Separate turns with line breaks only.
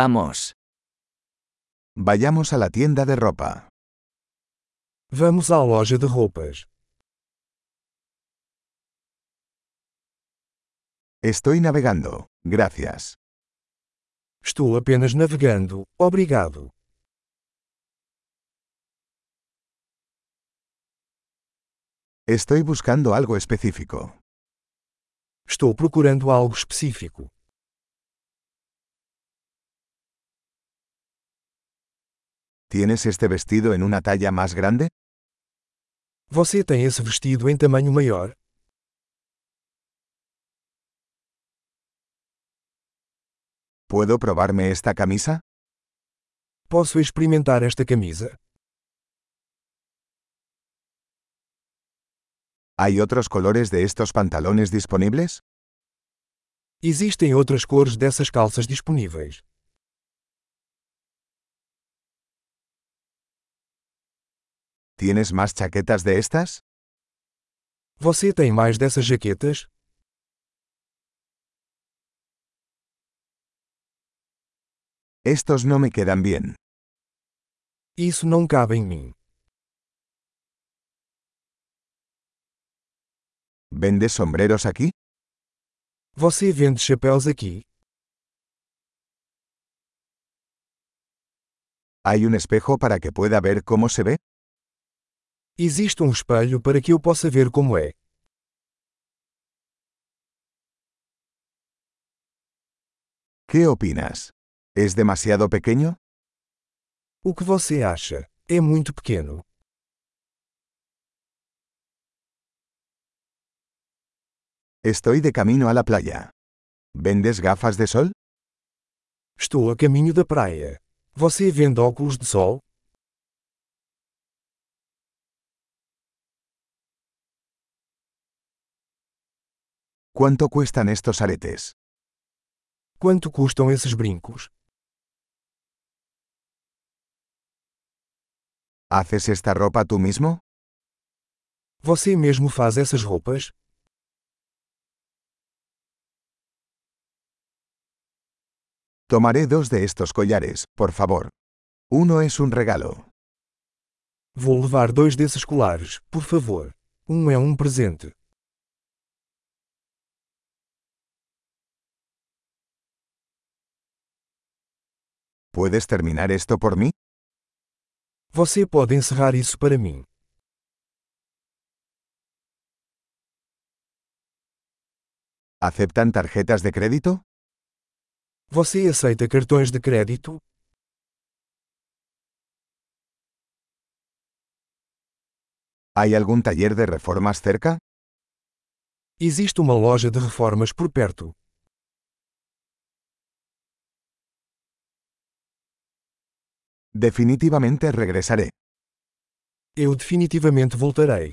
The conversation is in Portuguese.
Vamos.
Vayamos a la tienda de ropa.
Vamos à loja de roupas.
Estoy navegando, gracias.
Estou apenas navegando, obrigado.
Estoy buscando algo específico.
Estou procurando algo específico.
¿Tienes este vestido en una talla más grande?
Você tem esse vestido em tamanho maior?
¿Puedo probarme esta camisa?
Posso experimentar esta camisa?
¿Hay otros colores de estos pantalones disponibles?
Existem outras cores dessas calças disponíveis.
¿Tienes más chaquetas de estas?
Você tem mais dessas jaquetas?
Estos no me quedan bien.
Isso não cabe em mim.
¿Vendes sombreros aquí?
Você vende chapéus aqui?
¿Hay un espejo para que pueda ver cómo se ve?
Existe um espelho para que eu possa ver como é.
¿Qué opinas? ¿Es demasiado pequeño?
O que você acha? É muito pequeno.
Estoy de camino a la playa. ¿Vendes gafas de sol?
Estou a caminho da praia. Você vende óculos de sol?
¿Cuánto cuestan estos aretes?
Quanto custam esses brincos?
¿Haces esta ropa tú mismo?
Você mesmo faz essas roupas?
Tomaré dos de estos collares, por favor. Uno es un regalo.
Vou levar dois desses colares, por favor. Um é um presente.
¿Puedes terminar esto por mí?
Você pode encerrar isso para mim.
¿Aceptan tarjetas de crédito?
Você aceita cartões de crédito?
¿Hay algún taller de reformas cerca?
Existe uma loja de reformas por perto.
Definitivamente regresaré.
Eu definitivamente voltarei.